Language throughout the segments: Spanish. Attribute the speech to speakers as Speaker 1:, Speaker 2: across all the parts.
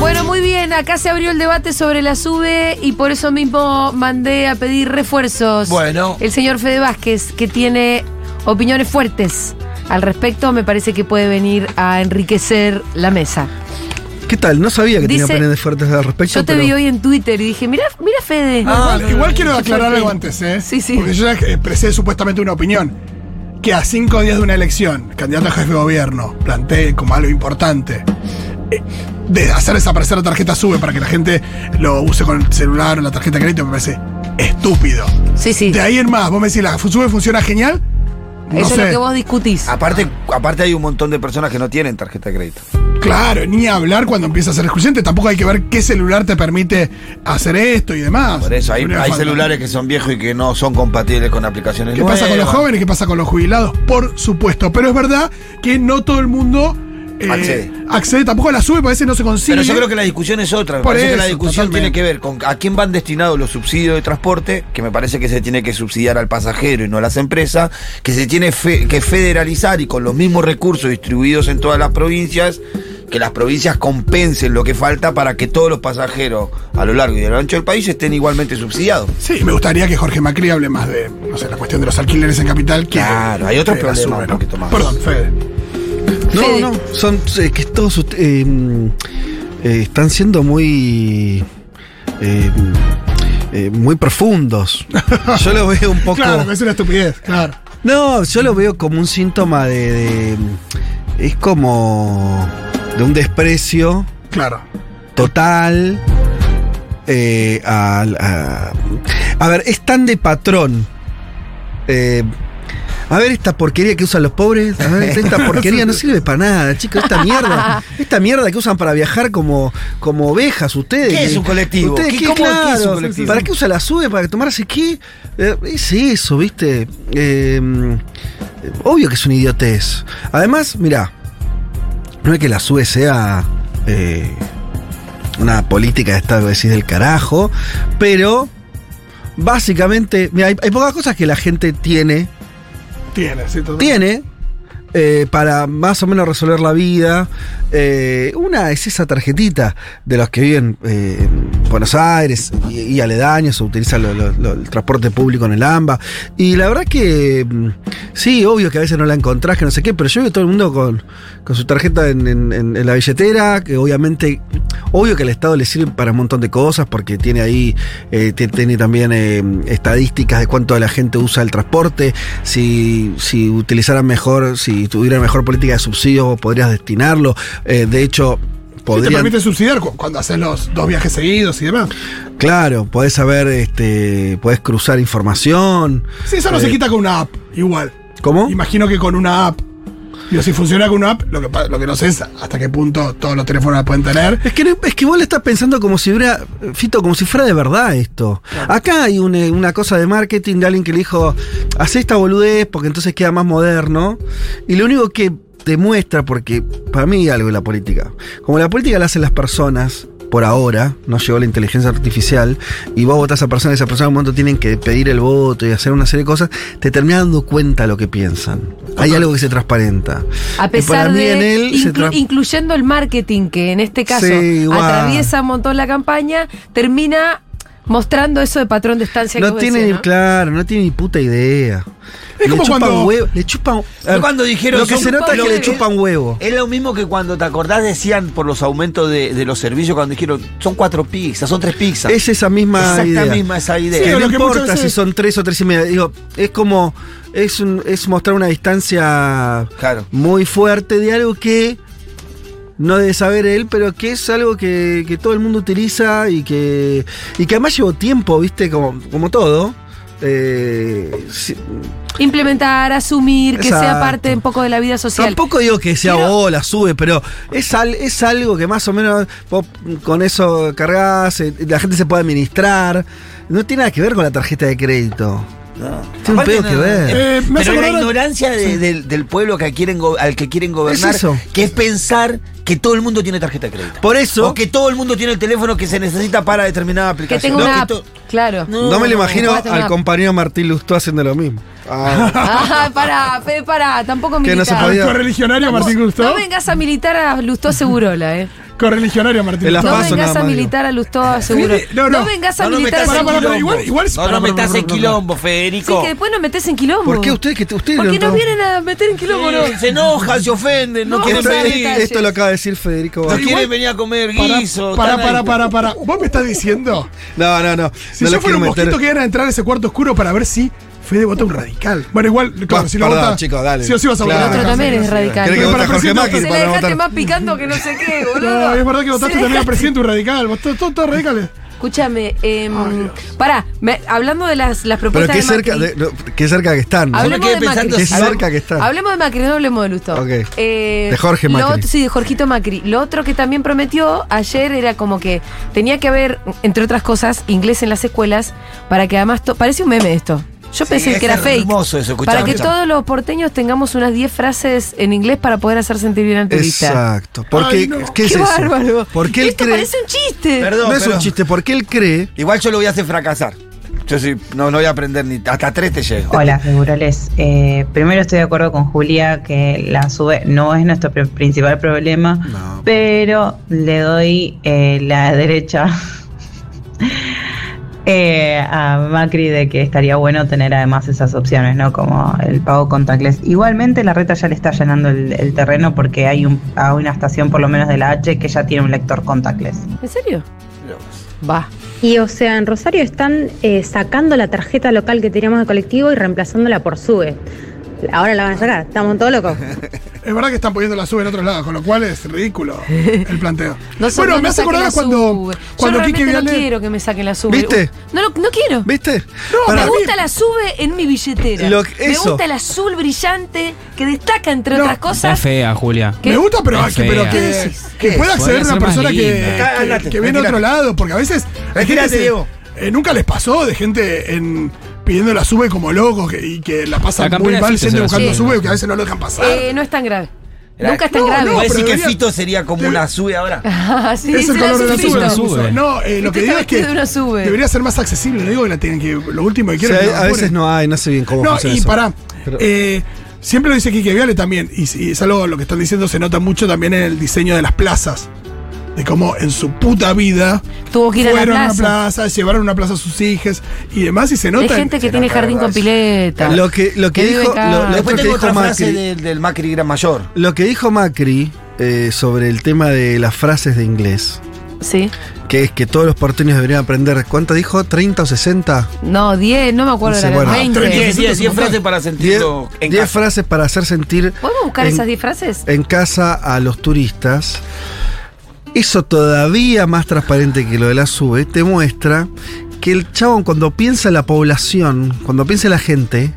Speaker 1: Bueno, muy bien, acá se abrió el debate sobre la SUBE y por eso mismo mandé a pedir refuerzos.
Speaker 2: Bueno.
Speaker 1: El señor Fede Vázquez, que tiene opiniones fuertes al respecto, me parece que puede venir a enriquecer la mesa.
Speaker 3: ¿Qué tal? No sabía que
Speaker 1: Dice-
Speaker 3: tenía opiniones fuertes al respecto.
Speaker 1: Yo te
Speaker 3: pero-
Speaker 1: vi hoy en Twitter y dije, mira, mira Fede.
Speaker 2: Ah,
Speaker 4: Igual, igual quiero
Speaker 1: Qué
Speaker 4: aclarar
Speaker 1: fuerte.
Speaker 4: algo antes, ¿eh?
Speaker 1: Sí, sí.
Speaker 4: Porque yo ya expresé supuestamente una opinión. Que a cinco días de una elección, candidato a jefe de gobierno, planteé como algo importante. eh, De hacer desaparecer la tarjeta SUBE para que la gente lo use con el celular o la tarjeta de crédito, me parece estúpido.
Speaker 1: Sí, sí.
Speaker 4: De ahí en más, vos me decís, la SUBE funciona genial. No
Speaker 1: Eso
Speaker 4: sé.
Speaker 1: es lo que vos discutís.
Speaker 3: Ah,
Speaker 2: Aparte, aparte hay un montón de personas que no tienen tarjeta de crédito.
Speaker 4: Claro, ni hablar cuando empieza a ser excluyente. Tampoco hay que ver qué celular te permite hacer esto y demás.
Speaker 2: Por eso, hay,
Speaker 4: Una
Speaker 2: hay
Speaker 4: falta.
Speaker 2: celulares que son viejos y que no son compatibles con aplicaciones
Speaker 4: ¿Qué pasa con los
Speaker 2: nuevas.
Speaker 4: jóvenes? ¿Qué pasa con los jubilados? Por supuesto. Pero es verdad que no todo el mundo eh,
Speaker 2: Accede.
Speaker 4: accede. Tampoco a la sube, parece no se consigue.
Speaker 2: Pero yo creo que la discusión es otra. Me
Speaker 4: Por
Speaker 2: parece que la
Speaker 4: eso,
Speaker 2: discusión
Speaker 4: totalmente.
Speaker 2: tiene que ver con a quién van destinados los subsidios de transporte, que me parece que se tiene que subsidiar al pasajero y no a las empresas, que se tiene fe- que federalizar y con los mismos recursos distribuidos en todas las provincias, que las provincias compensen lo que falta para que todos los pasajeros a lo largo y a lo ancho del país estén igualmente subsidiados.
Speaker 4: Sí, me gustaría que Jorge Macri hable más de, no sé, la cuestión de los alquileres en capital. Que
Speaker 2: Claro, hay otros
Speaker 4: que la
Speaker 2: problemas
Speaker 4: SUBE,
Speaker 2: un
Speaker 4: ¿no?
Speaker 2: poquito más.
Speaker 4: Perdón, Fede.
Speaker 1: Fede.
Speaker 3: No, no, son eh, que todos ust- eh, mm, eh, están siendo muy eh, mm, eh, muy profundos. Yo lo veo un poco.
Speaker 4: Claro, que es una estupidez, claro.
Speaker 3: No, yo lo veo como un síntoma de, de- es como de un desprecio
Speaker 4: Claro.
Speaker 3: total. eh, al- a, a ver, es tan de patrón. Eh, a ver, esta porquería que usan los pobres. A ver, esta porquería no sirve para nada, chicos. Esta mierda. Esta mierda que usan para viajar como, como ovejas ustedes.
Speaker 2: ¿Qué es un colectivo?
Speaker 3: ¿Ustedes
Speaker 2: ¿Qué-
Speaker 3: qué,
Speaker 2: cómo- qué es un
Speaker 3: Claro,
Speaker 2: colectivo?
Speaker 3: ¿Para qué usa la SUBE? ¿Para tomarse qué? Eh, es eso, ¿viste? Eh, Obvio que es un idiotez. Además, mirá, no es que la SUE sea eh, una política de Estado, decís del carajo, pero básicamente, mira, hay, hay pocas cosas que la gente tiene,
Speaker 4: Tiene, sí, todo.
Speaker 3: tiene eh, para más o menos resolver la vida. Eh, una es esa tarjetita de los que viven eh, en Buenos Aires y, y aledaños, o utilizan lo- lo- lo- el transporte público en el AMBA. Y la verdad que mm, sí, obvio que a veces no la encontrás, que no sé qué, pero yo veo todo el mundo con, con su tarjeta en, en- en- en la billetera, que obviamente, obvio que al Estado le sirve para un montón de cosas, porque tiene ahí, eh, ti- tiene también eh, estadísticas de cuánto de la gente usa el transporte, si, si utilizaran mejor, si tuvieran mejor política de subsidio, podrías destinarlo. Eh, de hecho,
Speaker 4: Sí, te
Speaker 3: podrían...
Speaker 4: permite subsidiar cu- cuando haces los dos viajes seguidos y demás.
Speaker 3: Claro, podés saber, este, podés cruzar información.
Speaker 4: Sí, eso no
Speaker 3: Eh.
Speaker 4: se quita con una app, igual.
Speaker 3: ¿Cómo?
Speaker 4: Imagino que con una app. Digo, si funciona con una app, lo que, pa- lo que no sé es hasta qué punto todos los teléfonos la pueden tener.
Speaker 3: Es que, no- es que vos le estás pensando como si fuera, Fito, como si fuera de verdad esto. Acá hay un, eh, una cosa de marketing de alguien que le dijo, hace esta boludez porque entonces queda más moderno. Y lo único que te muestra, porque para mí hay algo en la política, como la política la hacen las personas, por ahora, no llegó la inteligencia artificial, y vos votás a personas y esas personas en un momento tienen que pedir el voto y hacer una serie de cosas, te terminás dando cuenta de lo que piensan. Hay algo que se transparenta.
Speaker 1: A
Speaker 3: Y para
Speaker 1: pesar
Speaker 3: mí
Speaker 1: de,
Speaker 3: en él se
Speaker 1: inclu-
Speaker 3: tra-
Speaker 1: incluyendo el marketing, que en este caso
Speaker 3: Sí, guau.
Speaker 1: atraviesa un montón la campaña, termina mostrando eso de patrón de estancia que
Speaker 3: No
Speaker 1: vos
Speaker 3: tiene
Speaker 1: decías,
Speaker 3: ni, claro, no tiene ni puta idea.
Speaker 4: Es
Speaker 3: le
Speaker 4: como
Speaker 3: chupan
Speaker 4: cuando-
Speaker 3: huevo, le chupan a ver,
Speaker 2: cuando dijeron
Speaker 3: lo que
Speaker 2: son
Speaker 3: se nota es que le
Speaker 2: pobres.
Speaker 3: chupan huevo.
Speaker 2: Es lo mismo que cuando te acordás decían por los aumentos de, de los servicios cuando dijeron son cuatro pizzas, son tres pizzas.
Speaker 3: Es esa misma
Speaker 2: Exacta
Speaker 3: idea.
Speaker 2: misma esa idea.
Speaker 3: Que
Speaker 4: Sí, o
Speaker 3: no
Speaker 4: lo que muchas
Speaker 3: importa si
Speaker 4: veces-
Speaker 3: son tres o tres y media. Digo, es como es un- es mostrar una distancia
Speaker 2: Claro.
Speaker 3: muy fuerte de algo que no debe saber él, pero que es algo que, que todo el mundo utiliza y que y que además llevó tiempo, viste, como como todo. Eh, si-
Speaker 1: implementar, asumir, que sea
Speaker 3: Exacto.
Speaker 1: parte un poco de la vida social.
Speaker 3: Tampoco digo que sea
Speaker 1: Pero-
Speaker 3: bola, sube, pero es, al- es algo que más o menos vos con eso cargas, la gente se puede administrar. No tiene nada que ver con la tarjeta de crédito. Tiene un
Speaker 2: Aparte
Speaker 3: pedo
Speaker 2: no-
Speaker 3: que ver.
Speaker 4: Eh, me hace
Speaker 2: Pero la
Speaker 4: acordar-
Speaker 2: ignorancia de- del, del pueblo que quieren go- al que quieren gobernar,
Speaker 3: Es eso.
Speaker 2: que es pensar que todo el mundo tiene tarjeta de crédito.
Speaker 3: Por eso.
Speaker 2: O que todo el mundo tiene el teléfono que se necesita para determinada
Speaker 1: que
Speaker 2: aplicación.
Speaker 1: tenga
Speaker 2: No,
Speaker 1: una app.
Speaker 2: que to-
Speaker 1: Claro.
Speaker 3: No, me lo imagino
Speaker 1: puede tener
Speaker 3: al
Speaker 1: una-
Speaker 3: compañero Martín Lustó haciendo lo mismo.
Speaker 1: Ah, pará, Fede, pará. Tampoco
Speaker 3: Que no se
Speaker 1: militar.
Speaker 3: podía-
Speaker 4: Ah, Correligionario Martín
Speaker 1: No
Speaker 4: Gustavo.
Speaker 1: vengas a militar a Lustó Segurola, eh.
Speaker 4: Correligionario Martín
Speaker 3: En las
Speaker 4: Gustavo.
Speaker 1: No
Speaker 3: paso
Speaker 1: vengas
Speaker 3: nada
Speaker 1: a
Speaker 3: más,
Speaker 1: militar a Lustó Segurola.
Speaker 4: no, no.
Speaker 1: vengas a
Speaker 2: No, no
Speaker 1: militar
Speaker 2: metas
Speaker 1: a
Speaker 4: Pará, pará,
Speaker 2: en
Speaker 1: Segurola.
Speaker 4: pará,
Speaker 2: quilombo.
Speaker 4: igual, igual
Speaker 2: No, no metas en quilombo,
Speaker 1: Sí,
Speaker 2: Federico.
Speaker 1: que después nos metes en quilombo.
Speaker 3: ¿Por qué ustedes que ustedes
Speaker 1: ¿Por qué
Speaker 3: lo-
Speaker 1: nos vienen a meter en quilombo, no?
Speaker 2: Eh, Se enojan, se ofenden, no,
Speaker 1: No,
Speaker 2: quieren
Speaker 3: Esto,
Speaker 1: vamos a
Speaker 2: venir.
Speaker 1: detalles.
Speaker 3: esto lo acaba de decir Federico
Speaker 2: No
Speaker 3: Barros.
Speaker 2: quieren venir a comer guiso.
Speaker 4: Para,
Speaker 2: están
Speaker 4: para,
Speaker 2: ahí.
Speaker 4: para, para. ¿Vos me estás diciendo?
Speaker 3: No, no, no.
Speaker 4: Si
Speaker 3: no
Speaker 4: yo
Speaker 3: lo
Speaker 4: fuera
Speaker 3: quiero
Speaker 4: un
Speaker 3: meter.
Speaker 4: mosquito que iban a entrar a ese cuarto oscuro para ver si Fede vota un radical. Bueno, igual, claro,
Speaker 3: Va,
Speaker 4: si lo
Speaker 3: perdón,
Speaker 4: vota.
Speaker 3: chicos, dale.
Speaker 4: Si o sí vas a votar.
Speaker 3: Claro.
Speaker 4: a
Speaker 1: Otro
Speaker 4: Alejandro.
Speaker 1: también es radical.
Speaker 3: ¿Querés que
Speaker 4: Pero
Speaker 3: vote
Speaker 4: para
Speaker 3: a Jorge
Speaker 4: presidente-
Speaker 3: Macri
Speaker 1: Se la
Speaker 3: para
Speaker 1: dejaste
Speaker 3: votar?
Speaker 1: más picando que no sé qué, boludo.
Speaker 4: No, es verdad que votaste
Speaker 1: Se la
Speaker 4: también
Speaker 1: dejaste-
Speaker 4: a presidente un radical. Votaste todos todos radicales.
Speaker 1: Escúchame, eh,
Speaker 4: Dios.
Speaker 1: pará, me- hablando de las, las
Speaker 3: Pero
Speaker 1: propuestas
Speaker 3: qué
Speaker 1: de
Speaker 3: cerca,
Speaker 1: Macri.
Speaker 3: de- no, qué cerca que están. ¿no?
Speaker 1: Hablemos
Speaker 2: quedé
Speaker 1: de Macri.
Speaker 2: pensando
Speaker 3: Qué si- cerca que está.
Speaker 1: Hablemos de Macri, no hablemos de Lustó.
Speaker 3: Ok.
Speaker 1: Eh,
Speaker 3: De Jorge
Speaker 1: lo
Speaker 3: Macri.
Speaker 1: otro- sí, de Jorgito Macri. Lo otro que también prometió ayer era como que tenía que haber, entre otras cosas, inglés en las escuelas para que además... to- Parece un meme esto. Yo
Speaker 2: Sí,
Speaker 1: pensé
Speaker 2: es
Speaker 1: que era fake.
Speaker 2: hermoso eso, escuchá,
Speaker 1: para que
Speaker 2: escuchá.
Speaker 1: todos los porteños tengamos unas 10 frases en inglés para poder hacer sentir bien al turista.
Speaker 3: Exacto. Porque,
Speaker 4: Ay, no.
Speaker 3: ¿Qué es eso?
Speaker 1: bárbaro!
Speaker 3: Porque él
Speaker 1: Esto
Speaker 3: cree-
Speaker 1: parece un chiste.
Speaker 2: Perdón,
Speaker 3: no es un
Speaker 2: perdón.
Speaker 3: chiste, porque él cree.
Speaker 2: Igual yo lo voy a hacer fracasar. Yo sí, no, no voy a aprender ni. Hasta tres te llego.
Speaker 5: Hola, figuroles. Eh, primero estoy de acuerdo con Julia que la sube no es nuestro pr- principal problema,
Speaker 3: No.
Speaker 5: pero le doy eh, la derecha eh, a Macri de que estaría bueno tener además esas opciones, ¿no? Como el pago contactless. Igualmente la reta ya le está llenando el, el terreno porque hay un, a una estación por lo menos de la H que ya tiene un lector contactless.
Speaker 1: ¿En serio? Va.
Speaker 6: Y o sea, en Rosario están eh, sacando la tarjeta local que teníamos de colectivo y reemplazándola por SUBE. Ahora la van a sacar, estamos todos locos.
Speaker 4: Es verdad que están poniendo la sube en otros lados, con lo cual es ridículo el planteo.
Speaker 1: No sé,
Speaker 4: bueno,
Speaker 1: no
Speaker 4: me hace
Speaker 1: saquen
Speaker 4: acordar
Speaker 1: la
Speaker 4: cuando,
Speaker 1: sube.
Speaker 4: cuando
Speaker 1: Yo
Speaker 4: Quique
Speaker 1: realmente
Speaker 4: Viale.
Speaker 1: no quiero que me saquen la sube.
Speaker 3: ¿Viste?
Speaker 1: No, lo- no quiero.
Speaker 3: ¿Viste?
Speaker 4: para
Speaker 1: me
Speaker 4: mí-
Speaker 1: gusta la sube en mi billetera.
Speaker 3: Lo-
Speaker 1: me
Speaker 3: eso.
Speaker 1: gusta el azul brillante que destaca entre
Speaker 4: No.
Speaker 1: otras
Speaker 7: Está
Speaker 1: cosas.
Speaker 7: fea, Julia.
Speaker 1: ¿Qué?
Speaker 4: Me gusta, pero,
Speaker 7: Es
Speaker 4: que, pero
Speaker 7: fea.
Speaker 4: que-
Speaker 1: ¿Qué decís?
Speaker 4: que
Speaker 2: ¿Qué?
Speaker 4: pueda acceder
Speaker 7: Podría
Speaker 4: una
Speaker 7: ser más
Speaker 4: persona que,
Speaker 7: linda.
Speaker 4: que-
Speaker 2: Cállate,
Speaker 4: que viene a otro
Speaker 2: retírate.
Speaker 4: lado, porque a veces. la gente
Speaker 2: Retírate,
Speaker 4: se-
Speaker 2: Diego.
Speaker 4: eh, nunca les pasó de gente en, pidiendo la sube como locos que- y que la pasan
Speaker 7: La
Speaker 4: muy
Speaker 7: campera
Speaker 4: mal
Speaker 7: sí te
Speaker 4: siendo
Speaker 7: se la
Speaker 4: buscando
Speaker 1: sube.
Speaker 4: sube, que a veces no lo dejan pasar.
Speaker 1: Eh, no es tan grave. Nunca es tan
Speaker 4: No,
Speaker 1: grave.
Speaker 4: no,
Speaker 2: Voy a decir
Speaker 4: pero
Speaker 2: que
Speaker 4: debería-
Speaker 2: Fito sería como
Speaker 4: debe-
Speaker 2: una sube ahora.
Speaker 1: Ah, sí,
Speaker 4: es el
Speaker 1: será
Speaker 4: color de la
Speaker 1: sufrido.
Speaker 4: sube.
Speaker 7: Una sube.
Speaker 4: No, eh, lo
Speaker 1: Viste,
Speaker 4: que digo
Speaker 1: está
Speaker 4: es que
Speaker 1: vestido de una sube.
Speaker 4: debería ser más accesible. No digo que la tienen que. Lo último que
Speaker 3: O
Speaker 4: quiero
Speaker 3: sea,
Speaker 4: es que la
Speaker 3: a veces
Speaker 4: laburen.
Speaker 3: no hay, no sé bien cómo
Speaker 4: No,
Speaker 3: funciona
Speaker 4: y
Speaker 3: eso.
Speaker 4: pará.
Speaker 3: Pero-
Speaker 4: eh, siempre lo dice Quique Viale también, y, y es algo lo que están diciendo, se nota mucho también en el diseño de las plazas. De cómo en su puta vida
Speaker 1: Tuvo que ir a la
Speaker 4: fueron a una
Speaker 1: plaza.
Speaker 4: plaza, llevaron a una plaza a sus hijas y demás, y se
Speaker 1: Hay
Speaker 4: nota. en-
Speaker 1: gente que
Speaker 2: se
Speaker 1: tiene
Speaker 2: nota,
Speaker 1: jardín
Speaker 2: ¿verdad?
Speaker 1: con pileta.
Speaker 3: Lo que, lo que
Speaker 1: Que vive
Speaker 3: dijo,
Speaker 1: acá.
Speaker 3: lo, lo
Speaker 1: Después
Speaker 3: otro
Speaker 2: Después
Speaker 3: que
Speaker 2: tengo
Speaker 3: dijo
Speaker 2: otra frase
Speaker 3: Macri,
Speaker 2: del, del Macri Gran Mayor.
Speaker 3: lo que dijo Macri eh, sobre el tema de las frases de inglés,
Speaker 1: Sí.
Speaker 3: que es que todos los porteños deberían aprender, ¿cuánto dijo? ¿30 o 60?
Speaker 1: No, 10, no me acuerdo.
Speaker 3: Sí,
Speaker 1: de la
Speaker 3: bueno.
Speaker 1: 20.
Speaker 4: Ah,
Speaker 2: 10,
Speaker 4: 10,
Speaker 2: 10, 10
Speaker 4: 10
Speaker 2: frases para
Speaker 3: 10,
Speaker 2: sentirlo en
Speaker 3: 10
Speaker 2: casa.
Speaker 3: frases para hacer sentir
Speaker 1: ¿Podemos buscar
Speaker 3: en-
Speaker 1: esas 10 frases?
Speaker 3: en casa a los turistas. Eso todavía más transparente que lo de la SUBE te muestra que el chabón cuando piensa en la población, cuando piensa en la gente,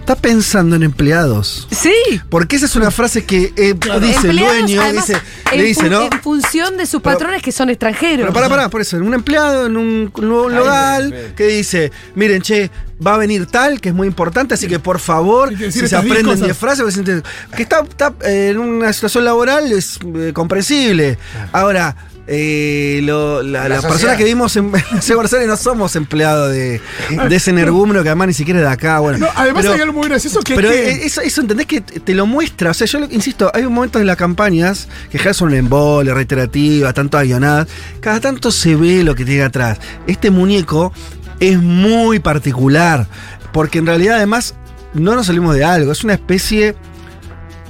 Speaker 3: está pensando en empleados.
Speaker 1: Sí.
Speaker 3: Porque esa es una frase que eh, dice el
Speaker 1: Empleados,
Speaker 3: dueño,
Speaker 1: además,
Speaker 3: dice,
Speaker 1: en
Speaker 3: le dice,
Speaker 1: fun-
Speaker 3: ¿no?
Speaker 1: En función de sus
Speaker 3: Pero-
Speaker 1: patrones que son extranjeros.
Speaker 3: Pero pará, pará, por eso, en un empleado, en un nuevo
Speaker 2: Ay,
Speaker 3: local,
Speaker 2: Fede.
Speaker 3: que dice, miren, che, va a venir tal, que es muy importante, así que por favor,
Speaker 4: Hay que decir
Speaker 3: si se
Speaker 4: estas diez
Speaker 3: aprenden
Speaker 4: cosas.
Speaker 3: 10 frases, pues, entienden. que está, está, eh, en una situación laboral es eh, comprensible. Ahora, eh, lo- la, la
Speaker 2: sociedad.
Speaker 3: persona que vimos en Seba Rosario no somos empleados de, de ese energúmeno que además ni siquiera es de acá. Bueno,
Speaker 4: No, además
Speaker 3: pero-
Speaker 4: hay algo muy gracioso que es
Speaker 3: pero
Speaker 4: que-
Speaker 3: eh, eso, eso entendés que te lo muestra. O sea, yo lo- insisto, hay momentos en las campañas que ya son un embole, reiterativa, tanto aguionadas. Cada tanto se ve lo que tiene atrás. Este muñeco es muy particular. Porque en realidad, además, no nos salimos de algo. Es una especie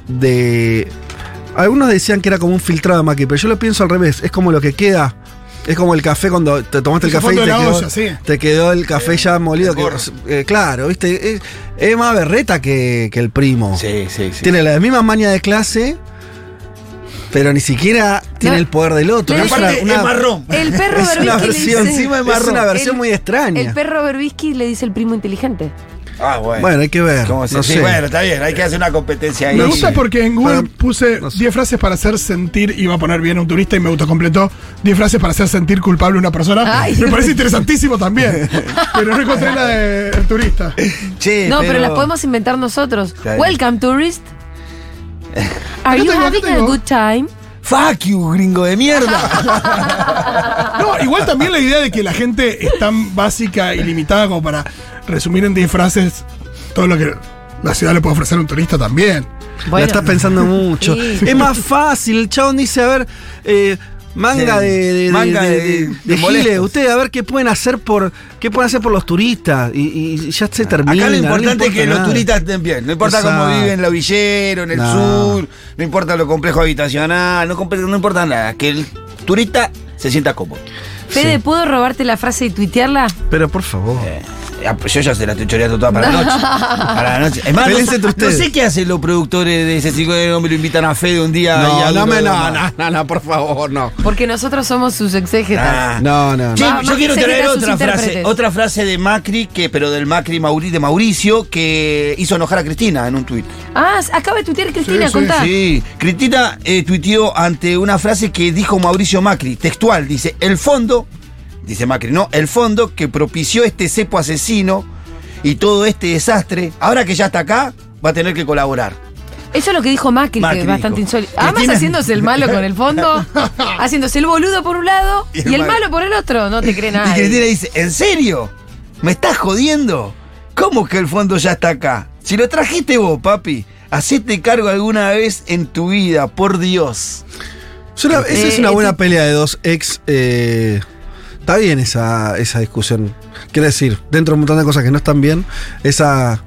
Speaker 3: de. Algunos decían que era como un filtrado de Macri, pero yo lo pienso al revés. Es como lo que queda. Es como el café cuando te tomaste el
Speaker 4: Ese
Speaker 3: café y
Speaker 4: fondo
Speaker 3: te
Speaker 4: de la
Speaker 3: quedó,
Speaker 4: olla, sí.
Speaker 3: te quedó el café ya molido.
Speaker 2: el
Speaker 3: que-
Speaker 2: gorro.
Speaker 3: eh, claro, viste, es, es más berreta que, que el primo.
Speaker 2: Sí, sí, sí.
Speaker 3: Tiene la misma maña de clase, pero ni siquiera tiene
Speaker 1: No.
Speaker 3: el poder del otro.
Speaker 1: Le
Speaker 3: Es
Speaker 1: dije-
Speaker 3: una, una-
Speaker 2: es marrón.
Speaker 1: El perro
Speaker 3: es una
Speaker 1: Berbisky le
Speaker 3: versión,
Speaker 1: dice-
Speaker 3: es una versión
Speaker 1: El-
Speaker 3: muy extraña.
Speaker 1: El perro Berbisky le dice el primo inteligente.
Speaker 2: Ah, bueno.
Speaker 3: Bueno, hay que ver.
Speaker 2: ¿Cómo se-
Speaker 3: no
Speaker 2: sí,
Speaker 3: sé.
Speaker 2: bueno, está bien, hay que hacer una competencia ahí.
Speaker 4: Me gusta porque en Google
Speaker 3: Para-
Speaker 4: puse
Speaker 3: no sé.
Speaker 4: 10 frases para hacer sentir, iba a poner bien a un turista y me autocompletó 10 frases para hacer sentir culpable a una persona.
Speaker 1: Ay.
Speaker 4: Me parece interesantísimo también. pero no encontré la del turista.
Speaker 2: Che,
Speaker 1: No, pero, las podemos inventar nosotros.
Speaker 2: Claro.
Speaker 1: Welcome, tourist. Are
Speaker 4: Acá
Speaker 1: you
Speaker 4: tengo, acá
Speaker 1: having a
Speaker 4: tengo.
Speaker 1: good time?
Speaker 2: ¡Fuck you, gringo de mierda!
Speaker 4: No, igual también la idea de que la gente es tan básica y limitada como para resumir en 10 frases todo lo que la ciudad le puede ofrecer a un turista también.
Speaker 3: La estás pensando mucho.
Speaker 1: Sí.
Speaker 3: Es más fácil. El chabón dice, a ver, eh, manga
Speaker 2: Sí.
Speaker 3: de, de, de-
Speaker 2: Manga
Speaker 3: de-
Speaker 2: de-
Speaker 3: de-
Speaker 2: de
Speaker 3: de
Speaker 2: molestos.
Speaker 3: giles. Ustedes a ver qué pueden hacer por qué pueden hacer por los turistas. Y, y ya se termina.
Speaker 2: Acá
Speaker 3: no
Speaker 2: lo
Speaker 3: le
Speaker 2: importante es
Speaker 3: importa
Speaker 2: que los
Speaker 3: nada.
Speaker 2: turistas estén bien. No importa cómo
Speaker 3: Exacto.
Speaker 2: viven la Villero, en el
Speaker 3: No.
Speaker 2: sur, no importa lo complejo habitacional, no, comp- no importa nada. Que el turista se sienta cómodo.
Speaker 1: Fede, ¿puedo robarte la frase y tuitearla?
Speaker 3: Pero por favor.
Speaker 2: Eh, ah, pues Yo ya se la estoy choreando toda para la noche. Para la noche. Es más, no,
Speaker 3: Pelense entre
Speaker 2: no
Speaker 3: ustedes.
Speaker 2: sé qué hacen los productores de ese 5 de nombre. Lo invitan a Fede un día. y a
Speaker 3: No, no,
Speaker 2: Duro
Speaker 3: me-
Speaker 2: de
Speaker 3: no,
Speaker 2: Mar.
Speaker 3: no, no, no, por favor, no.
Speaker 1: Porque nosotros somos sus exégetas.
Speaker 2: Ah.
Speaker 3: No, no,
Speaker 2: Che,
Speaker 3: no.
Speaker 1: Va,
Speaker 2: yo
Speaker 1: Macri
Speaker 2: quiero
Speaker 1: se
Speaker 2: traer
Speaker 1: quita sus
Speaker 2: otra frase,
Speaker 1: intérpretes.
Speaker 2: otra frase de Macri, que, pero del Macri Mauri- de Mauricio, que hizo enojar a Cristina en un tuit.
Speaker 1: Ah, acaba de tuitear Cristina,
Speaker 4: Sí, sí,
Speaker 1: contá.
Speaker 2: Sí, Cristina eh, tuiteó ante una frase que dijo Mauricio Macri, textual, dice, el fondo, dice Macri, no, el fondo que propició este cepo asesino y todo este desastre, ahora que ya está acá, va a tener que colaborar.
Speaker 1: Eso es lo que dijo Macri,
Speaker 2: Macri
Speaker 1: que es bastante
Speaker 2: dijo.
Speaker 1: insólito. Además,
Speaker 2: Cristina-
Speaker 1: haciéndose el malo con el fondo, haciéndose el boludo por un lado y el, malo.
Speaker 2: malo
Speaker 1: por el otro. No te cree
Speaker 2: Y
Speaker 1: nada.
Speaker 2: Cristina dice, ¿en serio? ¿Me estás jodiendo? ¿Cómo que el fondo ya está acá? Si lo trajiste vos, papi, hacete cargo alguna vez en tu vida, por Dios.
Speaker 3: Es una- esa es
Speaker 1: Eh,
Speaker 3: una buena
Speaker 1: este-
Speaker 3: pelea de dos ex. eh, está bien esa, esa discusión. Quiero decir, dentro de un montón de cosas que no están bien, esa.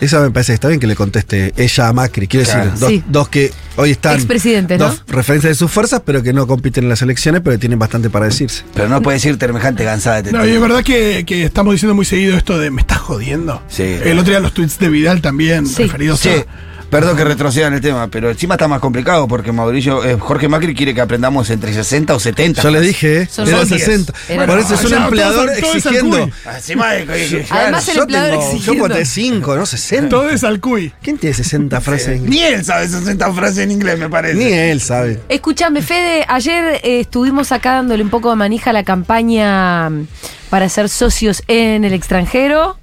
Speaker 3: Esa me parece que está bien que le conteste ella a Macri. Quiero
Speaker 2: Claro.
Speaker 3: decir, dos,
Speaker 1: Sí.
Speaker 3: dos que hoy están.
Speaker 1: Expresidentes, ¿no?
Speaker 3: Dos referencias de sus fuerzas, pero que no compiten en las elecciones, pero que tienen bastante para decirse.
Speaker 2: Pero no puedes irte semejante cansada de
Speaker 4: No, y es verdad que, que estamos diciendo muy seguido esto de me estás jodiendo.
Speaker 2: Sí.
Speaker 4: El otro día los tweets de Vidal también
Speaker 1: Sí.
Speaker 4: referidos
Speaker 2: Che,
Speaker 4: a.
Speaker 2: perdón que retrocedan el tema, pero encima está más complicado porque Mauricio, eh, Jorge Macri quiere que aprendamos entre 60 o 70.
Speaker 3: Yo le dije, ¿eh?
Speaker 1: Son
Speaker 3: era
Speaker 1: los
Speaker 3: 60.
Speaker 1: Era
Speaker 3: Por
Speaker 1: los
Speaker 3: eso es un
Speaker 4: diez.
Speaker 3: empleador
Speaker 4: Todo es- todo es al
Speaker 3: exigiendo.
Speaker 4: cuy.
Speaker 2: Encima de que-
Speaker 1: Además, el
Speaker 3: yo
Speaker 1: empleador
Speaker 3: tengo,
Speaker 1: exigiendo.
Speaker 3: Yo voté 5, no 60.
Speaker 4: Todo es al cuy.
Speaker 3: ¿Quién tiene 60 frases en inglés?
Speaker 2: Ni él sabe 60 frases en inglés, me parece.
Speaker 3: Ni él sabe.
Speaker 1: Escúchame, Fede, ayer eh, estuvimos acá dándole un poco de manija a la campaña mm, para ser socios en el extranjero.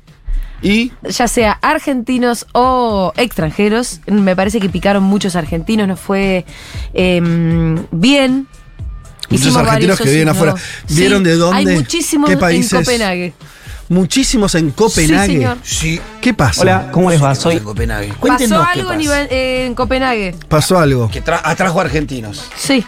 Speaker 3: Y
Speaker 1: ya sea argentinos o extranjeros. Me parece que picaron muchos argentinos, nos fue em, bien.
Speaker 3: Muchos
Speaker 1: Hicimos
Speaker 3: argentinos
Speaker 1: varios
Speaker 3: que viven
Speaker 1: socios
Speaker 3: afuera.
Speaker 1: nuevos.
Speaker 3: ¿Vieron de dónde?
Speaker 1: Hay muchísimos
Speaker 3: ¿Qué países?
Speaker 1: en Copenhague.
Speaker 3: muchísimos en Copenhague.
Speaker 1: Sí, señor.
Speaker 2: Sí.
Speaker 3: ¿Qué pasa?
Speaker 7: Hola, ¿cómo les va?
Speaker 2: Soy
Speaker 7: Soy
Speaker 2: en Copenhague.
Speaker 1: Pasó
Speaker 2: Cuéntenos qué
Speaker 1: algo en,
Speaker 2: pasa.
Speaker 1: Iba- eh, en Copenhague.
Speaker 3: Pasó algo.
Speaker 2: Que tra- atrajo a argentinos.
Speaker 1: Sí.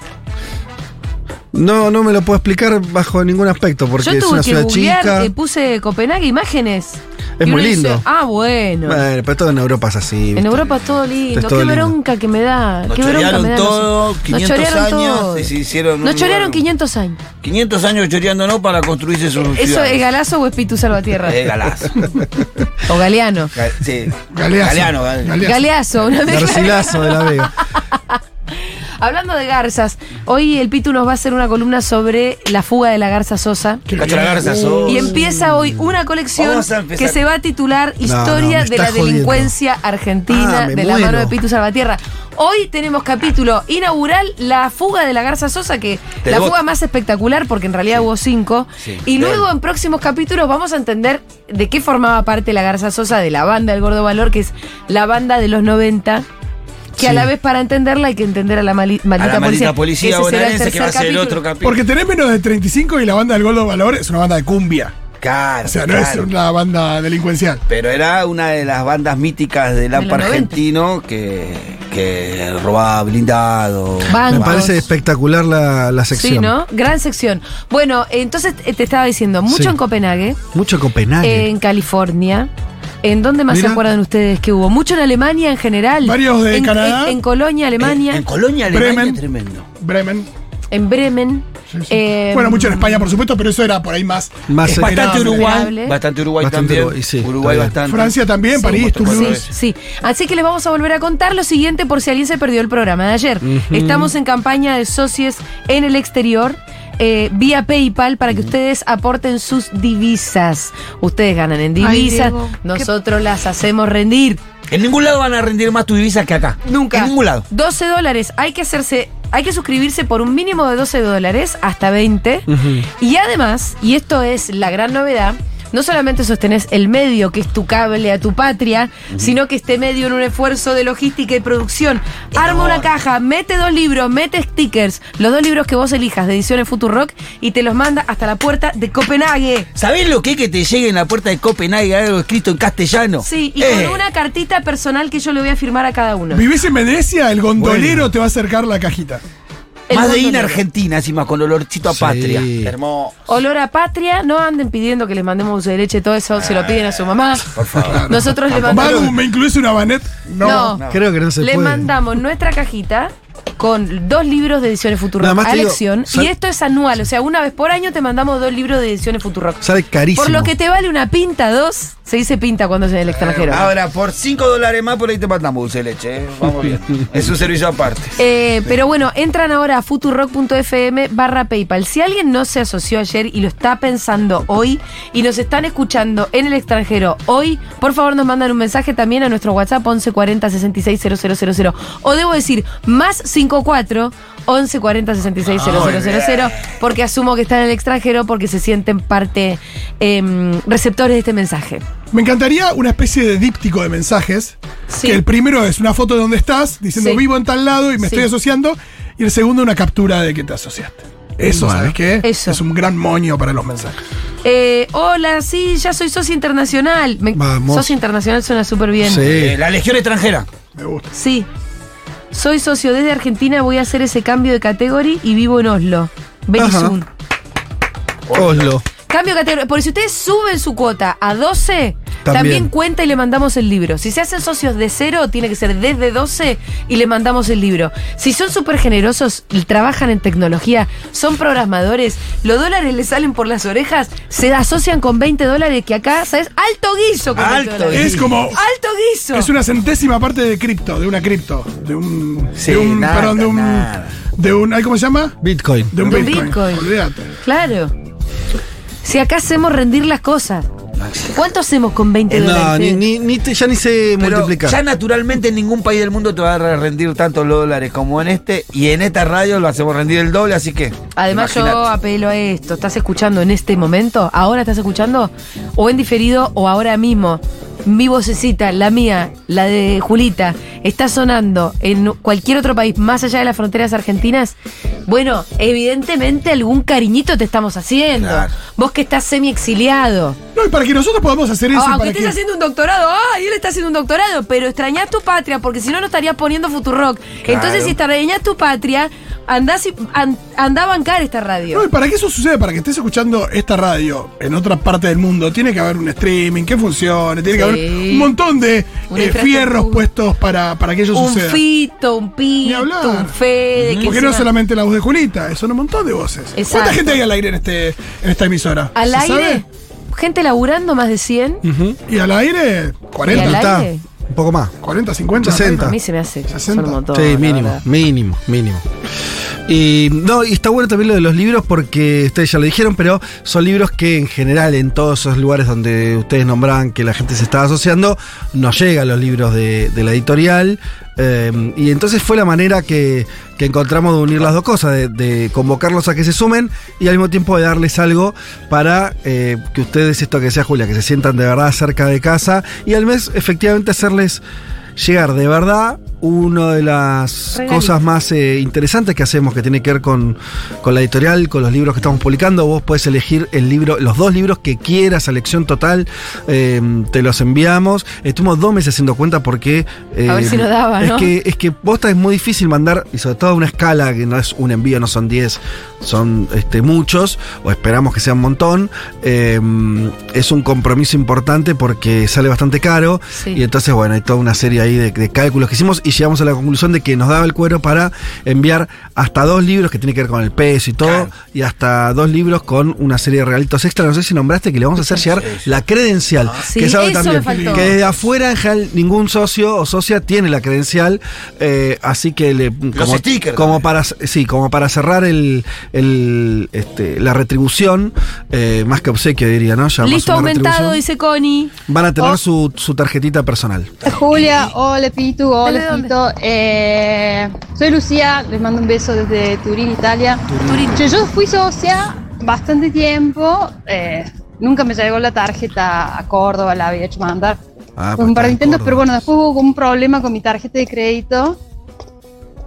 Speaker 3: No, no me lo puedo explicar bajo ningún aspecto porque
Speaker 1: Yo
Speaker 3: es una
Speaker 1: tuve que
Speaker 3: ciudad
Speaker 1: googlear,
Speaker 3: chica.
Speaker 1: eh, puse Copenhague imágenes.
Speaker 3: Es
Speaker 1: Y
Speaker 3: muy
Speaker 1: uno dice,
Speaker 3: lindo.
Speaker 1: ah, bueno.
Speaker 3: Bueno, pero todo en Europa es así.
Speaker 1: En
Speaker 3: ¿viste?
Speaker 1: Europa es todo lindo.
Speaker 3: Es todo
Speaker 1: qué
Speaker 3: lindo.
Speaker 1: bronca que me da.
Speaker 2: Nos
Speaker 1: qué bronca
Speaker 2: chorearon
Speaker 1: me da.
Speaker 2: todo, 500 años, y se hicieron un
Speaker 1: Nos chorearon
Speaker 2: lugar-
Speaker 1: 500 años.
Speaker 2: 500 años choreándonos para construirse su
Speaker 1: ¿Eso
Speaker 2: ciudad.
Speaker 1: es Galazo o es Pitu Salvatierra?
Speaker 2: Es galazo.
Speaker 1: o Galeano.
Speaker 2: Ga- sí.
Speaker 4: Galeazo.
Speaker 2: Galeano, eh. gal-
Speaker 4: Gale-
Speaker 1: Galeazo, una mezcla.
Speaker 3: Garcilaso de la Vega.
Speaker 1: Hablando de garzas, hoy el Pitu nos va a hacer una columna sobre la fuga de la garza sosa.
Speaker 2: Cacho la garza, sos.
Speaker 1: Y empieza hoy una colección
Speaker 2: Vamos a empezar.
Speaker 1: que se va a titular
Speaker 3: No, no,
Speaker 1: Historia
Speaker 3: me
Speaker 1: de
Speaker 3: está
Speaker 1: la delincuencia argentina
Speaker 3: Ah, me
Speaker 1: de la
Speaker 3: muero.
Speaker 1: mano de Pitu Salvatierra. Hoy tenemos capítulo inaugural, la fuga de la Garza Sosa, que
Speaker 2: Te
Speaker 1: la
Speaker 2: debo-
Speaker 1: fuga más espectacular porque en realidad hubo cinco.
Speaker 2: Sí.
Speaker 1: y
Speaker 2: Bien.
Speaker 1: luego en próximos capítulos vamos a entender de qué formaba parte la Garza Sosa de la banda del Gordo Valor, que es la banda de los 90. Que a
Speaker 3: Sí.
Speaker 1: la vez para entenderla hay que entender a la mali-
Speaker 2: A
Speaker 1: maldita
Speaker 2: la maldita
Speaker 1: policía.
Speaker 2: policía
Speaker 1: que ese será el
Speaker 2: bonaerense que va a
Speaker 1: tercer
Speaker 2: ser el
Speaker 1: capítulo.
Speaker 2: otro capítulo.
Speaker 4: Porque tenés menos de 35 y la banda del Goldo Valor es una banda de cumbia.
Speaker 2: Claro,
Speaker 4: O sea, no es
Speaker 2: claro.
Speaker 4: una banda delincuencial.
Speaker 2: Pero era una de las bandas míticas del AMPA
Speaker 1: los 90.
Speaker 2: argentino que, que robaba blindado.
Speaker 1: Bancos.
Speaker 3: Me parece espectacular la, la sección.
Speaker 1: Sí, ¿no? Gran sección. Bueno, entonces eh, te estaba diciendo, mucho
Speaker 3: Sí.
Speaker 1: en Copenhague,
Speaker 3: Mucho Copenhague.
Speaker 1: en California. ¿En dónde más
Speaker 3: Mira.
Speaker 1: se acuerdan ustedes que hubo? Mucho en Alemania en general.
Speaker 4: Varios de
Speaker 1: en,
Speaker 4: Canadá. Eh,
Speaker 1: En, en Colonia, Alemania,
Speaker 2: En,
Speaker 1: en,
Speaker 2: en Colonia, Alemania,
Speaker 4: Bremen.
Speaker 2: tremendo.
Speaker 4: Bremen.
Speaker 1: Bremen.
Speaker 4: Sí, sí.
Speaker 1: eh,
Speaker 4: bueno, mucho en España, por supuesto, pero eso era por ahí más.
Speaker 3: Más
Speaker 4: esperable.
Speaker 2: Bastante
Speaker 1: Esperable.
Speaker 2: Uruguay. Bastante Uruguay
Speaker 3: Bastante
Speaker 2: también.
Speaker 3: Uruguay, sí, está
Speaker 2: Uruguay
Speaker 3: bien.
Speaker 2: bastante.
Speaker 4: Francia también,
Speaker 1: Sí,
Speaker 4: París,
Speaker 2: por
Speaker 4: Toulouse.
Speaker 2: supuesto.
Speaker 1: Sí, así que les vamos a volver a contar lo siguiente por si alguien se perdió el programa de ayer. Estamos en campaña de socios en el exterior. eh, vía PayPal para que ustedes aporten sus divisas. Ustedes ganan en divisas,
Speaker 7: Diego, qué-
Speaker 1: nosotros las hacemos rendir.
Speaker 8: En ningún lado van a rendir más tu divisa que acá.
Speaker 1: Nunca.
Speaker 8: En ningún lado.
Speaker 1: 12 dólares. Hay que hacerse. Hay que suscribirse por un mínimo de 12 dólares hasta 20. Y además, y esto es la gran novedad, no solamente sostenés el medio que es tu cable a tu patria, sino que este medio en un esfuerzo de logística y producción. Arma una caja, mete dos libros, mete stickers, los dos libros que vos elijas de ediciones Futurock y te los manda hasta la puerta de Copenhague.
Speaker 8: ¿Sabés lo que es que te llegue en la puerta de Copenhague algo escrito en castellano?
Speaker 1: Sí, y
Speaker 8: Eh,
Speaker 1: con una cartita personal que yo le voy a firmar a cada uno.
Speaker 4: ¿Vivís en Venecia? El gondolero te va a acercar la cajita.
Speaker 1: El
Speaker 8: Más de
Speaker 1: mundo
Speaker 8: ir a
Speaker 1: negro.
Speaker 8: Argentina, encima, con olorcito a
Speaker 3: Sí.
Speaker 8: patria.
Speaker 2: Hermoso.
Speaker 1: Olor a patria, no anden pidiendo que les mandemos dulce de leche, todo eso se lo piden a su mamá. Por favor. Nosotros le
Speaker 4: Madu,
Speaker 1: mandamos.
Speaker 4: ¿me incluís una banet?
Speaker 1: No,
Speaker 3: Creo que no se
Speaker 1: le
Speaker 3: puede.
Speaker 1: mandamos nuestra cajita con dos libros de ediciones Futurock
Speaker 3: Nada más
Speaker 1: a
Speaker 3: te digo,
Speaker 1: elección.
Speaker 3: sal-
Speaker 1: y esto es anual, o sea, una vez por año te mandamos dos libros de ediciones Futurock.
Speaker 3: Sale carísimo.
Speaker 1: Por lo que te vale una pinta, dos, se dice pinta cuando es en
Speaker 3: Eh,
Speaker 1: el extranjero.
Speaker 2: Ahora, por 5 dólares más, por ahí te mandamos dulce de leche. ¿eh? Vamos bien. es un servicio aparte.
Speaker 1: Eh, pero bueno, entran ahora a futurock.fm barra PayPal. Si alguien no se asoció ayer y lo está pensando hoy y nos están escuchando en el extranjero hoy, por favor nos mandan un mensaje también a nuestro WhatsApp 1140 66 000. O debo decir, más 54 1140 66
Speaker 3: Ah,
Speaker 1: 000, porque asumo que están en el extranjero porque se sienten parte em, receptores de este mensaje.
Speaker 4: Me encantaría una especie de díptico de mensajes.
Speaker 1: Sí.
Speaker 4: Que el primero es una foto de donde estás, diciendo
Speaker 1: Sí.
Speaker 4: vivo en tal lado y me
Speaker 1: Sí.
Speaker 4: estoy asociando. Y el segundo, una captura de que te asociaste. Eso, ¿sabes qué?
Speaker 1: Eso.
Speaker 4: Es un gran moño para los mensajes.
Speaker 1: Eh, hola, sí, ya soy socio internacional. Me-
Speaker 3: Vamos.
Speaker 1: Socio internacional suena súper bien.
Speaker 3: Sí.
Speaker 8: Eh, la Legión extranjera.
Speaker 4: Me gusta.
Speaker 1: Sí. Soy socio desde Argentina, voy a hacer ese cambio de categoría y vivo en Oslo. Vení
Speaker 3: Ajá.
Speaker 1: Zoom.
Speaker 3: Oslo.
Speaker 1: Cambio de categoría. Por si ustedes suben su cuota a 12, también.
Speaker 3: También
Speaker 1: cuenta y le mandamos el libro. Si se hacen socios de cero, tiene que ser desde 12 y le mandamos el libro. Si son súper generosos y trabajan en tecnología, son programadores, los dólares les salen por las orejas, se asocian con 20 dólares que acá, ¿sabes? Alto guiso con 20
Speaker 8: Alto
Speaker 1: dólares.
Speaker 4: Es como.
Speaker 1: Alto guiso.
Speaker 4: Es una centésima parte de cripto, de una cripto. De un.
Speaker 8: Sí,
Speaker 4: de un.
Speaker 8: nada,
Speaker 4: perdón, de un.
Speaker 8: nada.
Speaker 4: De un. ay, ¿Cómo se llama?
Speaker 3: Bitcoin.
Speaker 4: De un
Speaker 1: De un
Speaker 4: Bitcoin.
Speaker 1: Bitcoin.
Speaker 4: Olvídate.
Speaker 1: Claro. Si acá hacemos rendir las cosas. ¿Cuánto hacemos con 20
Speaker 3: Eh, No,
Speaker 1: dólares?
Speaker 3: Ah, ni, ni, ni te- ya ni se
Speaker 8: Pero
Speaker 3: multiplica.
Speaker 8: ya naturalmente en ningún país del mundo te va a rendir tantos dólares como en este. Y en esta radio lo hacemos rendir el doble, así que.
Speaker 1: Además yo
Speaker 8: imagínate.
Speaker 1: apelo a esto. ¿Estás escuchando en este momento? ¿Ahora estás escuchando? ¿O en diferido o ahora mismo? Mi vocecita, la mía, la de Julita, está sonando en cualquier otro país más allá de las fronteras argentinas. Bueno, evidentemente algún cariñito te estamos haciendo. Vos que estás semi exiliado.
Speaker 4: No, y para que nosotros podamos hacer eso. y
Speaker 1: Ah, aunque
Speaker 4: para
Speaker 1: estés
Speaker 4: que-
Speaker 1: haciendo un doctorado, ah, y él está haciendo un doctorado, pero extrañás tu patria, porque si no, no estarías poniendo Futurock. Entonces, si extrañás tu patria, andás y, an- andá a bancar esta radio.
Speaker 4: No, y para que eso suceda, para que estés escuchando esta radio en otra parte del mundo, tiene que haber un streaming que funcione, tiene que
Speaker 1: Sí.
Speaker 4: haber un montón de
Speaker 1: Una
Speaker 4: eh,
Speaker 1: infraestructura.
Speaker 4: fierros puestos para, para que ello
Speaker 1: Un
Speaker 4: suceda.
Speaker 1: fito, un
Speaker 4: Ni
Speaker 1: pito,
Speaker 4: hablar.
Speaker 1: un fede. que
Speaker 4: Porque no
Speaker 1: encima-
Speaker 4: solamente la voz de Julita, eh, son un montón de voces.
Speaker 1: Exacto.
Speaker 4: ¿Cuánta gente hay al aire en, este, en esta emisora?
Speaker 1: Al
Speaker 4: ¿Se
Speaker 1: aire,
Speaker 4: sabe?
Speaker 1: gente laburando más de 100.
Speaker 4: Y al aire,
Speaker 1: ¿Y al
Speaker 4: 40,
Speaker 3: Está,
Speaker 1: aire?
Speaker 3: un poco más.
Speaker 4: 40, 50.
Speaker 3: 60.
Speaker 1: A mí se me hace. Son
Speaker 4: 60.
Speaker 1: un montón.
Speaker 3: sí,
Speaker 1: la
Speaker 3: mínimo,
Speaker 1: verdad.
Speaker 3: mínimo, mínimo. Y no, y está bueno también lo de los libros porque ustedes ya lo dijeron, pero son libros que en general en todos esos lugares donde ustedes nombran que la gente se está asociando, nos llegan los libros de, de la editorial. eh, y entonces fue la manera que, que encontramos de unir las dos cosas, de, de convocarlos a que se sumen y al mismo tiempo de darles algo para eh, que ustedes, esto que sea Julia, que se sientan de verdad cerca de casa y al mes efectivamente hacerles llegar de verdad una de las
Speaker 1: Regalitos.
Speaker 3: cosas más eh, interesantes que hacemos que tiene que ver con, con la editorial, con los libros que estamos publicando. Vos puedes elegir el libro, los dos libros que quieras, selección total, eh, te los enviamos. Estuvimos dos meses haciendo cuenta porque eh,
Speaker 1: A ver si nos daba,
Speaker 3: es
Speaker 1: ¿no?
Speaker 3: que es que posta es muy difícil mandar y sobre todo a una escala que no es un envío, no son 10, son este muchos o esperamos que sea un montón. Eh, es un compromiso importante porque sale bastante caro
Speaker 1: Sí.
Speaker 3: y entonces, bueno, hay toda una serie ahí de, de cálculos que hicimos y y llegamos a la conclusión de que nos daba el cuero para enviar hasta dos libros que tiene que ver con el peso y todo, y hasta dos libros con una serie de regalitos extra. No sé si nombraste que le vamos a hacer llegar la credencial,
Speaker 1: Ah. Sí,
Speaker 3: que es algo
Speaker 1: eso me faltó.
Speaker 3: también. Que desde afuera en general ningún socio o socia tiene la credencial, eh, así que le, como,
Speaker 2: stickers
Speaker 3: como
Speaker 2: también.
Speaker 3: para sí, como para cerrar el, el, este, la retribución, eh, más que obsequio diría, ¿no? Ya más
Speaker 1: Listo
Speaker 3: una
Speaker 1: aumentado,
Speaker 3: retribución.
Speaker 1: dice Connie.
Speaker 3: Van a tener
Speaker 1: Oh.
Speaker 3: su, su tarjetita personal.
Speaker 7: Julia, hola Pitu,
Speaker 1: ¿De
Speaker 7: hola
Speaker 1: dónde?
Speaker 7: Pito. Eh, soy Lucía, les mando un beso desde Turín, Italia.
Speaker 1: Turín.
Speaker 7: Che, Yo fui socia bastante tiempo, eh, nunca me llegó la tarjeta a Córdoba, la había hecho mandar.
Speaker 3: Ah,
Speaker 7: Fue
Speaker 3: pues
Speaker 7: un par de
Speaker 3: está en
Speaker 7: intentos,
Speaker 3: Córdoba.
Speaker 7: pero bueno, después hubo un problema con mi tarjeta de crédito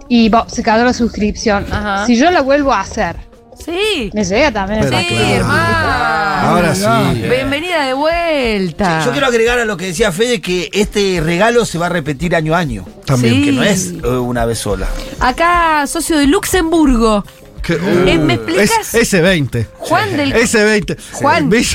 Speaker 7: y bo, se cayó la suscripción.
Speaker 1: Ajá.
Speaker 7: Si yo la vuelvo a hacer,
Speaker 1: Sí.
Speaker 7: me llega también
Speaker 3: Pero
Speaker 7: esa
Speaker 1: Sí,
Speaker 3: claro.
Speaker 1: hermano.
Speaker 3: Ahora sí.
Speaker 1: Bienvenida de vuelta.
Speaker 8: Yo quiero agregar a lo que decía Fede que este regalo se va a repetir año a año.
Speaker 3: También.
Speaker 1: Sí.
Speaker 8: Que no es eh, una vez sola.
Speaker 1: Acá, socio de Luxemburgo.
Speaker 3: Que- uh,
Speaker 1: Eh, ¿me explicas?
Speaker 3: Es- S20.
Speaker 1: Juan del.
Speaker 3: S20.
Speaker 1: Juan.
Speaker 3: ¿Ves?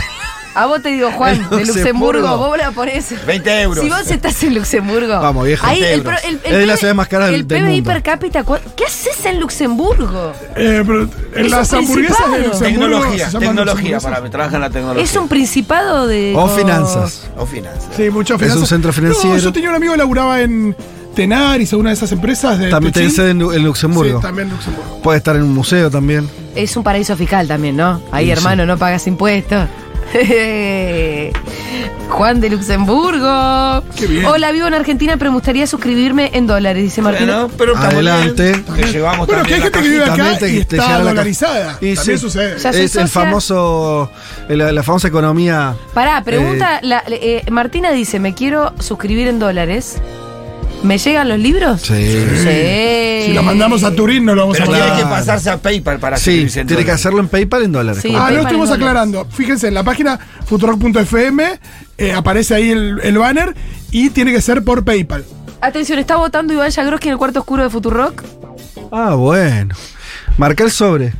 Speaker 1: A vos te digo, Juan, de
Speaker 3: El
Speaker 1: Luxemburgo.
Speaker 3: Luxemburgo.
Speaker 1: Vos la ponés.
Speaker 8: 20 euros.
Speaker 1: Si vos estás en Luxemburgo.
Speaker 3: Vamos, viejo,
Speaker 1: Ahí, el, pro-
Speaker 3: 20
Speaker 1: el, el
Speaker 3: Es de las
Speaker 1: PB
Speaker 3: ciudades más caras
Speaker 1: el
Speaker 3: del- del
Speaker 1: PBI
Speaker 3: mundo.
Speaker 1: per cápita. ¿cu- ¿Qué haces en Luxemburgo?
Speaker 4: Eh, pero en
Speaker 1: Es
Speaker 4: las
Speaker 1: un
Speaker 4: hamburguesas de
Speaker 1: principado.
Speaker 4: Luxemburgo
Speaker 8: Tecnología,
Speaker 4: se llaman
Speaker 8: tecnología
Speaker 4: hamburguesas.
Speaker 8: para mí, trabaja en la tecnología.
Speaker 1: Es un principado de.
Speaker 3: O
Speaker 1: con-
Speaker 3: finanzas.
Speaker 8: O finanzas.
Speaker 4: Sí, mucho
Speaker 3: Es un centro financiero.
Speaker 4: No, yo tenía un amigo que laburaba en Tenaris, alguna de esas empresas de
Speaker 3: También tiene
Speaker 4: Techin.
Speaker 3: sede en, Lu- en Luxemburgo.
Speaker 4: Sí, también Luxemburgo.
Speaker 3: Puede estar en un museo también.
Speaker 1: Es un paraíso fiscal también, ¿no? Ahí,
Speaker 3: Sí,
Speaker 1: hermano, no pagas impuestos. Juan de Luxemburgo.
Speaker 4: Qué bien.
Speaker 1: Hola, vivo en Argentina, pero me gustaría suscribirme en dólares, dice Martina.
Speaker 8: Bueno, Eh, pero estamos
Speaker 3: Adelante.
Speaker 8: bien. Te llevamos
Speaker 4: Bueno, que
Speaker 8: también
Speaker 4: hay
Speaker 8: la
Speaker 4: gente que vive acá
Speaker 3: También te-
Speaker 4: y
Speaker 3: te
Speaker 4: está
Speaker 3: llega la ca-
Speaker 4: dolarizada.
Speaker 3: Y sí.
Speaker 4: también sucede.
Speaker 1: Ya soy
Speaker 3: Es el
Speaker 1: socia.
Speaker 3: famoso. La, la famosa economía.
Speaker 1: Pará, pregunta.
Speaker 3: Eh,
Speaker 1: la- eh, Martina dice: Me quiero suscribir en dólares. ¿Me llegan los libros?
Speaker 3: Sí.
Speaker 1: Sí.
Speaker 4: Si la mandamos a Turín, no lo vamos
Speaker 8: Pero
Speaker 4: a mandar.
Speaker 8: tiene que
Speaker 3: Claro.
Speaker 8: pasarse a PayPal para
Speaker 3: Sí,
Speaker 8: suscribirse en
Speaker 3: tiene que
Speaker 8: dólares.
Speaker 3: hacerlo en PayPal en dólares.
Speaker 1: Sí.
Speaker 3: como-
Speaker 4: Ah,
Speaker 1: PayPal
Speaker 4: no estuvimos
Speaker 1: en dólares.
Speaker 4: aclarando. Fíjense, en la página futurock.fm eh, aparece ahí el, el banner y tiene que ser por PayPal.
Speaker 1: Atención, está votando Iván Yagroski en el cuarto oscuro de Futurock.
Speaker 3: Ah, bueno. Marca el sobre.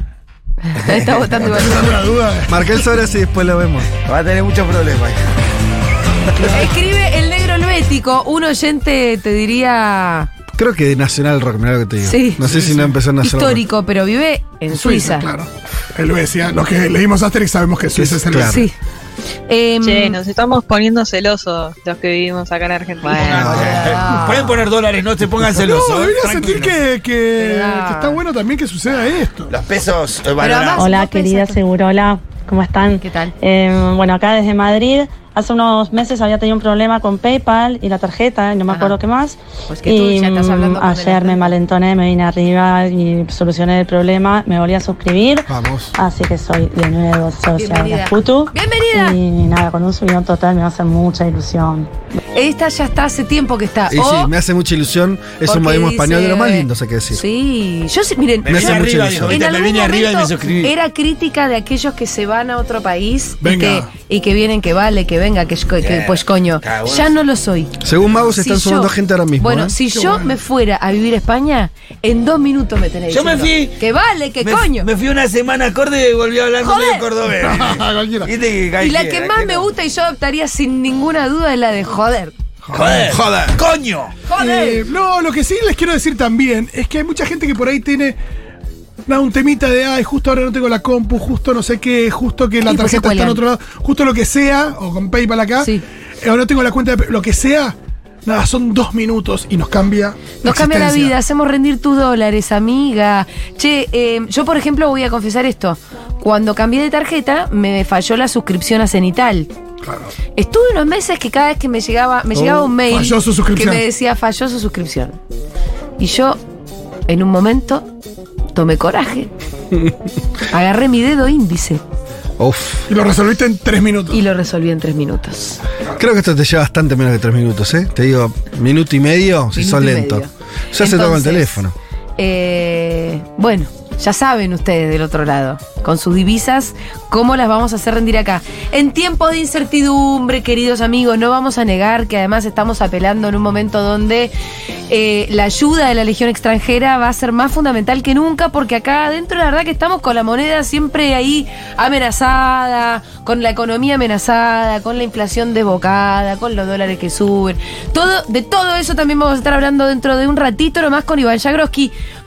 Speaker 1: está votando Iván Yagroski.
Speaker 4: Una duda.
Speaker 3: Marca el sobre así después lo vemos.
Speaker 8: Va a tener muchos problemas.
Speaker 1: Escribe el negro helvético. Un oyente te diría.
Speaker 3: Creo que de Nacional Rock, mirá lo que te digo.
Speaker 1: Sí.
Speaker 3: no sé si no empezó en Nacional Rock.
Speaker 1: Histórico, pero vive en Suiza.
Speaker 4: claro. El decía, los que leímos Asterix sabemos que Suiza es el
Speaker 3: Claro.
Speaker 1: Sí. Em,
Speaker 9: Che, nos estamos poniendo celosos los que vivimos acá en Argentina.
Speaker 1: Ah.
Speaker 8: Pueden poner dólares, no se pongan ¿eh?
Speaker 4: No,
Speaker 8: celosos.
Speaker 4: debería
Speaker 8: tranquilos.
Speaker 4: sentir que, que-
Speaker 1: Verdad.
Speaker 4: que está bueno también que suceda esto.
Speaker 8: Los pesos eh,
Speaker 1: pero
Speaker 8: valorados.
Speaker 1: además,
Speaker 10: Hola,
Speaker 1: vos
Speaker 10: querida
Speaker 1: pensás-
Speaker 10: Segurola, ¿cómo están?
Speaker 1: ¿Qué tal?
Speaker 10: Eh, bueno, acá desde Madrid, hace unos meses había tenido un problema con PayPal y la tarjeta, y no me
Speaker 1: Ajá.
Speaker 10: acuerdo qué más.
Speaker 1: Pues que tú
Speaker 10: y
Speaker 1: ya estás hablando
Speaker 10: mm,
Speaker 1: con
Speaker 10: ayer
Speaker 1: el-
Speaker 10: me malentoné, me vine arriba y solucioné el problema, me volví a suscribir.
Speaker 3: Vamos.
Speaker 10: Así que soy de nuevo socia de
Speaker 1: Bienvenida.
Speaker 10: la Futu.
Speaker 1: Bienvenida.
Speaker 10: Y nada, con un subidón total me va a hacer mucha ilusión.
Speaker 1: Esta ya está hace tiempo que está.
Speaker 3: Y
Speaker 1: O
Speaker 3: sí, me hace mucha ilusión. Es
Speaker 1: porque
Speaker 3: un modismo
Speaker 1: dice-
Speaker 3: español de lo más lindo, sé qué decir.
Speaker 1: Sí. Yo sí, miren,
Speaker 8: Me
Speaker 3: Me
Speaker 8: vine
Speaker 3: hace mucha
Speaker 8: arriba, dijo,
Speaker 3: ilusión.
Speaker 1: en
Speaker 8: viste, me
Speaker 1: algún
Speaker 8: vine arriba y me
Speaker 1: momento
Speaker 8: suscribí.
Speaker 1: era crítica de aquellos que se van a otro país y que,
Speaker 4: Venga.
Speaker 1: y que vienen, que vale, que venga, que, que- que- pues coño.
Speaker 8: cada uno
Speaker 1: Ya no lo soy.
Speaker 3: Según Mago se están
Speaker 1: Si
Speaker 3: sumando
Speaker 1: yo-
Speaker 3: gente ahora mismo.
Speaker 1: Bueno,
Speaker 3: ¿eh?
Speaker 1: si yo me fuera a vivir a España, en dos minutos me tenéis.
Speaker 8: Yo me fui.
Speaker 1: Que vale, que
Speaker 8: me,
Speaker 1: coño.
Speaker 8: Me fui una semana a Córdoba y volví a hablar con
Speaker 1: Joder.
Speaker 8: el cordobés.
Speaker 4: Cualquiera.
Speaker 8: Viste
Speaker 1: y la que
Speaker 8: cualquiera,
Speaker 1: más me
Speaker 8: no.
Speaker 1: gusta y yo adoptaría sin ninguna duda es la de joder.
Speaker 8: Joder. Joder. Coño.
Speaker 1: Joder.
Speaker 4: Eh, no, lo que sí les quiero decir también es que hay mucha gente que por ahí tiene nada, un temita de, ay, justo ahora no tengo la compu, justo no sé qué, justo que la
Speaker 1: Y pues se
Speaker 4: tarjeta está en
Speaker 1: cuelgan.
Speaker 4: otro lado, justo lo que sea, o con PayPal acá,
Speaker 1: Sí.
Speaker 4: eh, o no tengo la cuenta de lo que sea, nada, son dos minutos y nos cambia.
Speaker 1: Nos cambia la
Speaker 4: existencia.
Speaker 1: vida, hacemos rendir tus dólares, amiga. Che, eh, yo por ejemplo voy a confesar esto. Cuando cambié de tarjeta, me falló la suscripción a Cenital.
Speaker 4: Claro. Oh,
Speaker 1: Estuve unos meses que cada vez que me llegaba, me llegaba un mail
Speaker 4: falló su
Speaker 1: que
Speaker 4: suscripción.
Speaker 1: me decía falló su suscripción. Y yo, en un momento, tomé coraje. Agarré mi dedo índice
Speaker 3: Uf.
Speaker 4: Y lo resolviste en tres minutos.
Speaker 1: y lo resolví en tres minutos.
Speaker 3: Creo que esto te lleva bastante menos de tres minutos, ¿eh? Te digo, minuto y medio si
Speaker 1: Minuto
Speaker 3: sos
Speaker 1: y
Speaker 3: lento.
Speaker 1: medio.
Speaker 3: Ya se toca el
Speaker 1: Entonces,
Speaker 3: teléfono.
Speaker 1: eh, bueno, Ya saben ustedes del otro lado, con sus divisas, cómo las vamos a hacer rendir acá. En tiempos de incertidumbre, queridos amigos, no vamos a negar que además estamos apelando en un momento donde eh, la ayuda de la Legión extranjera va a ser más fundamental que nunca, porque acá adentro la verdad que estamos con la moneda siempre ahí amenazada, con la economía amenazada, con la inflación desbocada, con los dólares que suben. Todo, de todo eso también vamos a estar hablando dentro de un ratito nomás con Iván Yagroski.